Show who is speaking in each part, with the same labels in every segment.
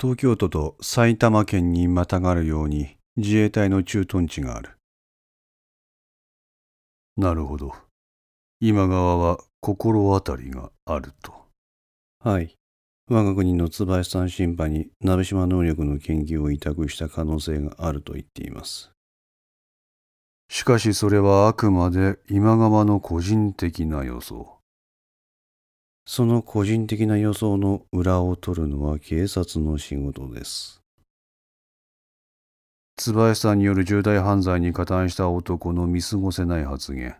Speaker 1: 東京都と埼玉県にまたがるように自衛隊の駐屯地がある。なるほど。今川は心当たりがあると。はい。我が国の椿山審判に鍋島能力の研究を委託した可能性があると言っています。しかしそれはあくまで今川の個人的な予想。その個人的な予想の裏を取るのは警察の仕事です。椿さんによる重大犯罪に加担した男の見過ごせない発言。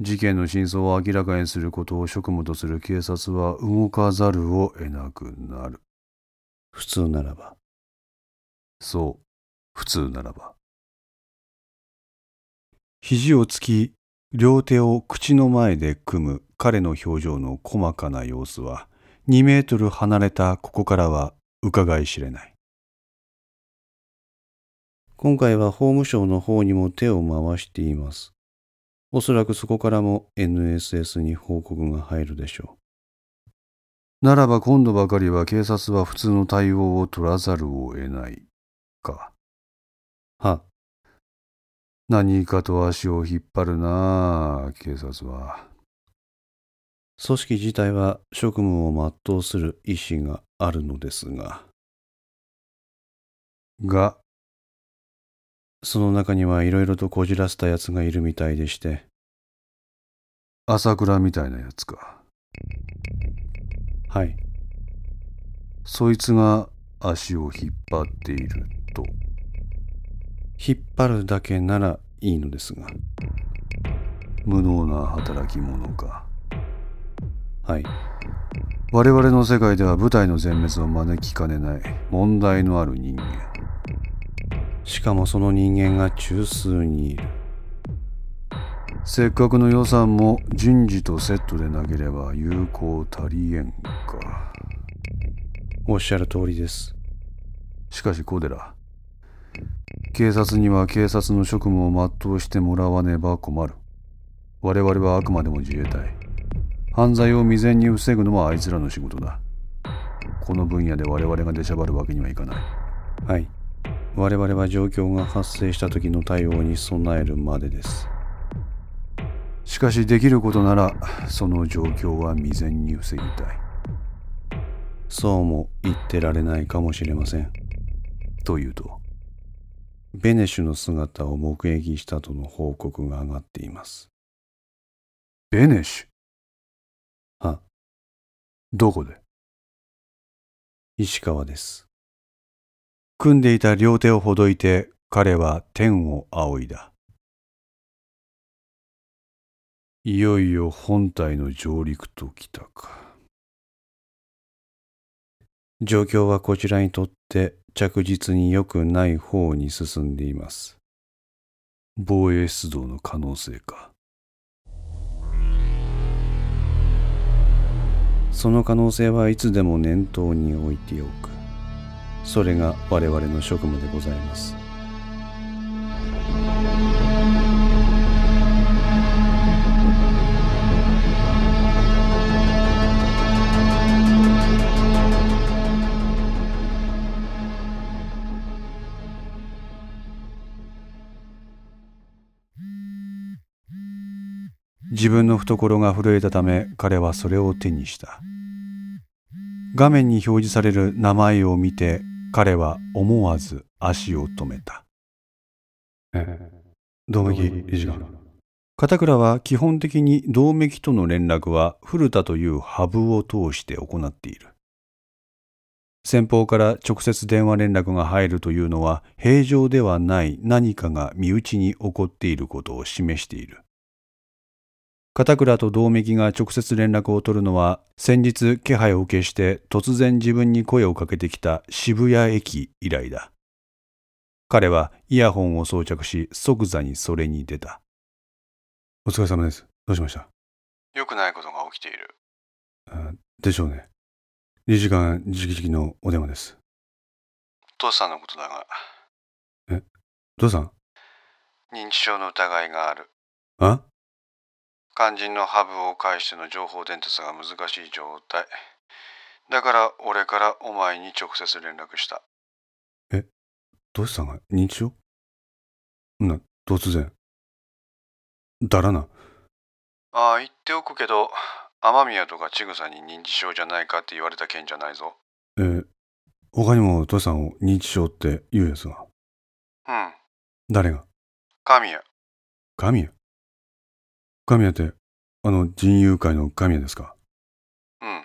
Speaker 1: 事件の真相を明らかにすることを職務とする警察は動かざるを得なくなる。普通ならば。そう、普通ならば。肘をつき、両手を口の前で組む彼の表情の細かな様子は、2メートル離れたここからは伺い知れない。今回は法務省の方にも手を回しています。おそらくそこからも NSS に報告が入るでしょう。ならば今度ばかりは警察は普通の対応を取らざるを得ないか。は。何かと足を引っ張るなあ、警察は。組織自体は職務を全うする意思があるのですが。が、その中にはいろいろとこじらせた奴がいるみたいでして。朝倉みたいなやつか。はい。そいつが足を引っ張っていると。引っ張るだけならいいのですが。無能な働き者か。はい。我々の世界では部隊の全滅を招きかねない問題のある人間。しかもその人間が中枢にいるせっかくの予算も人事とセットでなければ有効足りえんかおっしゃる通りですしかし小寺警察には警察の職務を全うしてもらわねば困る我々はあくまでも自衛隊犯罪を未然に防ぐのはあいつらの仕事だこの分野で我々が出しゃばるわけにはいかないはい我々は状況が発生した時の対応に備えるまでですしかしできることならその状況は未然に防ぎたいそうも言ってられないかもしれませんというとベネシュの姿を目撃したとの報告が上がっていますベネシュはどこで石川です組んでいた両手をほどいて彼は天を仰いだいよいよ本体の上陸ときたか状況はこちらにとって着実に良くない方に進んでいます防衛出動の可能性かその可能性はいつでも念頭に置いておくそれが我々の職務でございます自分の懐が震えたため彼はそれを手にした画面に表示される名前を見て彼は思わず足を止めた。道明理事官。片倉は基本的に道明との連絡は古田というハブを通して行っている。先方から直接電話連絡が入るというのは平常ではない何かが身内に起こっていることを示している。片倉と道明が直接連絡を取るのは先日気配を消して突然自分に声をかけてきた渋谷駅以来だ彼はイヤホンを装着し即座にそれに出たお疲れ様ですどうしました良くないことが起きているでしょうね理事官直々のお電話です父さんのことだがえ父さん認知症の疑いがあるあ肝心のハブを介しての情報伝達が難しい状態だから俺からお前に直接連絡した。え、どうしたんが認知症な、突然。だらな。ああ、言っておくけど、雨宮とか千草に認知症じゃないかって言われた件じゃないぞ。えー、他にもトシさんを認知症って言うやつが。うん。誰が神谷。神谷神谷って、あの人友会の神谷ですかうん。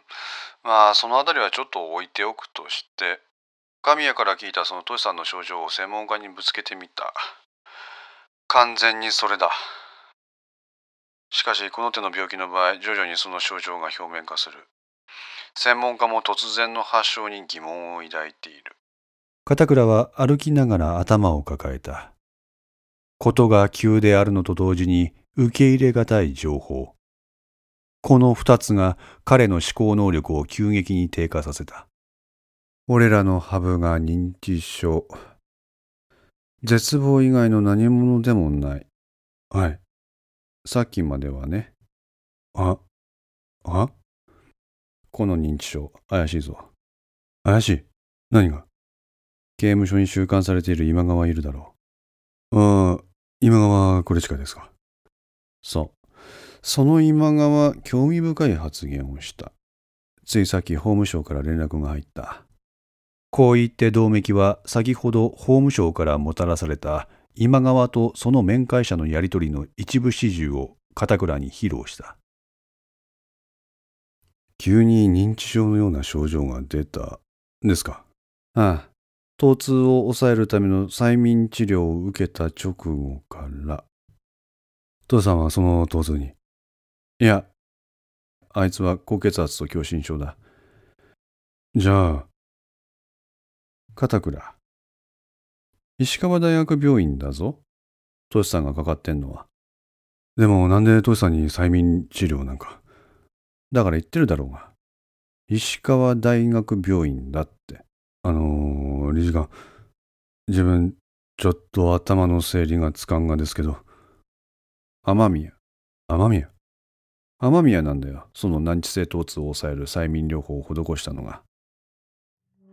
Speaker 1: まあ、そのあたりはちょっと置いておくとして、神谷から聞いたそのトシさんの症状を専門家にぶつけてみた。完全にそれだ。しかし、この手の病気の場合、徐々にその症状が表面化する。専門家も突然の発症に疑問を抱いている。片倉は歩きながら頭を抱えた。ことが急であるのと同時に受け入れがたい情報。この二つが彼の思考能力を急激に低下させた。俺らのハブが認知症。絶望以外の何者でもない。はい。さっきまではね。あ、あこの認知症、怪しいぞ。怪しい何が刑務所に収監されている今川いるだろう。ああ、今川これしかですか。そう。その今川、興味深い発言をした。ついさっき法務省から連絡が入った。こう言って道明は先ほど法務省からもたらされた今川とその面会者のやり取りの一部始終を片倉に披露した。急に認知症のような症状が出た、ですかああ。疼痛を抑えるための催眠治療を受けた直後から。父さんはその疼痛に。いや、あいつは高血圧と狭心症だ。じゃあ、片倉。石川大学病院だぞ。トシさんがかかってんのは。でもなんでトシさんに催眠治療なんか。だから言ってるだろうが。石川大学病院だって。あのー、理事官。自分、ちょっと頭の整理がつかんがですけど。雨宮。雨宮。雨宮なんだよ。その難治性疼痛を抑える催眠療法を施したのが。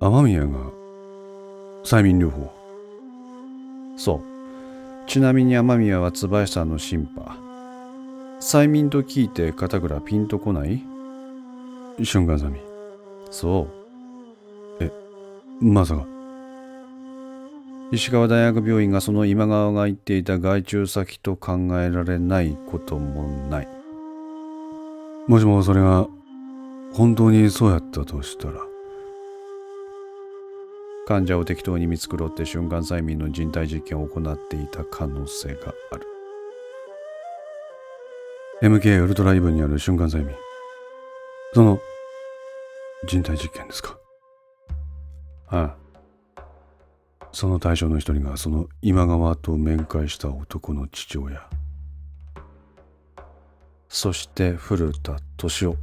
Speaker 1: 雨宮が催眠療法そうちなみに雨宮は椿さんのシンパ催眠と聞いて片倉ピンとこない瞬間みそうえまさか石川大学病院がその今川が言っていた外注先と考えられないこともないもしもそれが本当にそうやったとしたら患者を適当に見繕って瞬間催眠の人体実験を行っていた可能性がある MK ウルトライブにある瞬間催眠その人体実験ですかああその対象の一人がその今川と面会した男の父親そして古田敏夫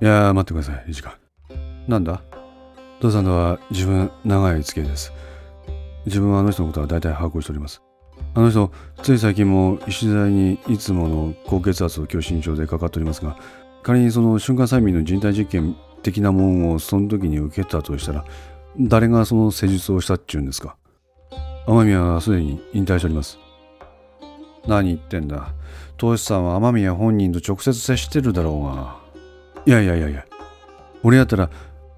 Speaker 1: いやー待ってください理事官なんだ父さんとは自分長い付き合いです自分はあの人のことは大体把握しておりますあの人つい最近も石材にいつもの高血圧と狭心症でかかっておりますが仮にその瞬間催眠の人体実験的なもんをその時に受けたとしたら誰がその施術をしたっちゅうんですか天宮はすでに引退しております何言ってんだ投資さんは天宮本人と直接接してるだろうがいやいやいやいや俺やったら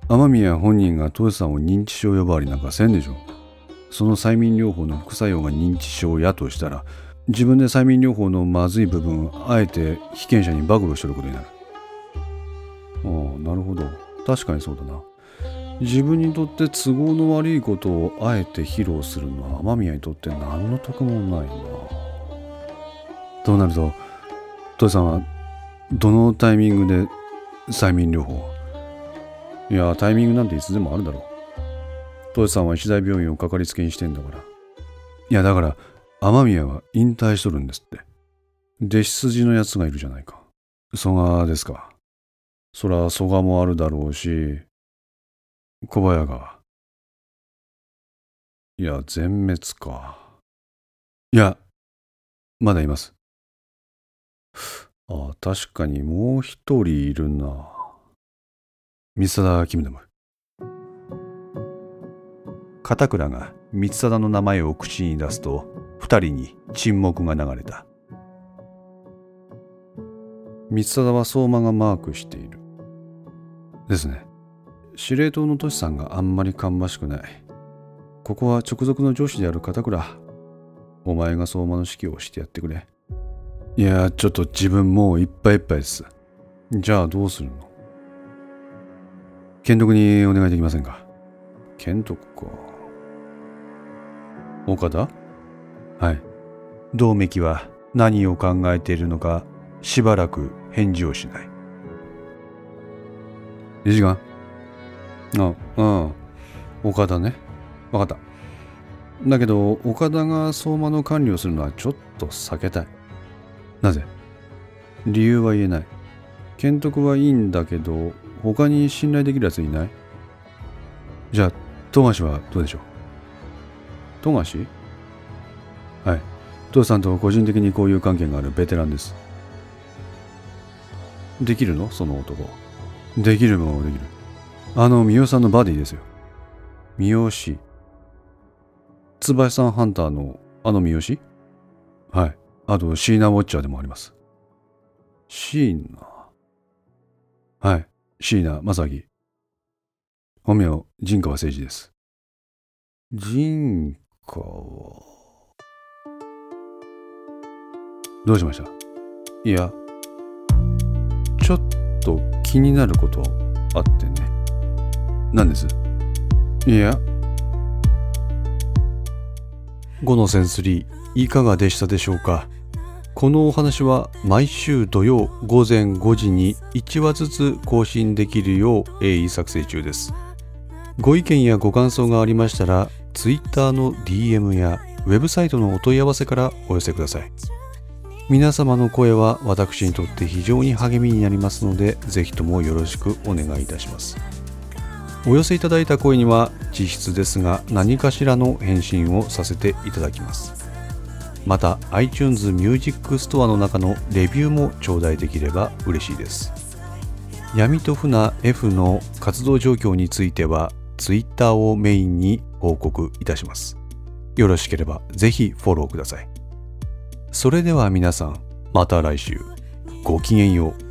Speaker 1: 雨宮本人がトヨさんを認知症呼ばわりなんかせんでしょその催眠療法の副作用が認知症やとしたら自分で催眠療法のまずい部分をあえて被験者に暴露してることになるああなるほど確かにそうだな自分にとって都合の悪いことをあえて披露するのは雨宮にとって何の得もないなとなるとトヨさんはどのタイミングで催眠療法をいやタイミングなんていつでもあるだろうトシさんは石大病院をかかりつけにしてんだからいやだから雨宮は引退しとるんですって弟子筋のやつがいるじゃないか蘇我ですかそら蘇我もあるだろうし小早川いや全滅かいやまだいますあ確かにもう一人いるな三貞キムナム。片倉が三貞の名前を口に出すと、二人に沈黙が流れた。三貞は相馬がマークしている。ですね。司令塔のトシさんがあんまり芳しくない。ここは直属の上司である片倉。お前が相馬の指揮をしてやってくれ。いや、ちょっと自分もういっぱいいっぱいです。じゃあどうするの剣徳にお願いできませんか剣徳か。岡田はい。道明は何を考えているのかしばらく返事をしない。2時間あ、うん。岡田ね。わかった。だけど、岡田が相馬の管理をするのはちょっと避けたい。なぜ理由は言えない。剣徳はいいんだけど、他に信頼できるやついないじゃあ、富樫はどうでしょう富樫はい。父さんと個人的に交友関係があるベテランです。できるのその男。できるもできる。あの、三好さんのバディですよ。三好。椿さんハンターのあの三好はい。あと、シーナウォッチャーでもあります。シーナはい。シーナ正樹。本名、陣川誠二です。陣川。どうしましたいや、ちょっと気になることあってね。何ですいや。5のセンス3いかがでしたでしょうかこのお話は毎週土曜午前5時に1話ずつ更新できるよう鋭意作成中です。ご意見やご感想がありましたら Twitter の DM やウェブサイトのお問い合わせからお寄せください。皆様の声は私にとって非常に励みになりますので、ぜひともよろしくお願いいたします。お寄せいただいた声には実質ですが何かしらの返信をさせていただきます。また iTunes Music Store の中のレビューも頂戴できれば嬉しいです闇と船 F の活動状況については Twitter をメインに報告いたしますよろしければぜひフォローくださいそれでは皆さんまた来週ごきげんよう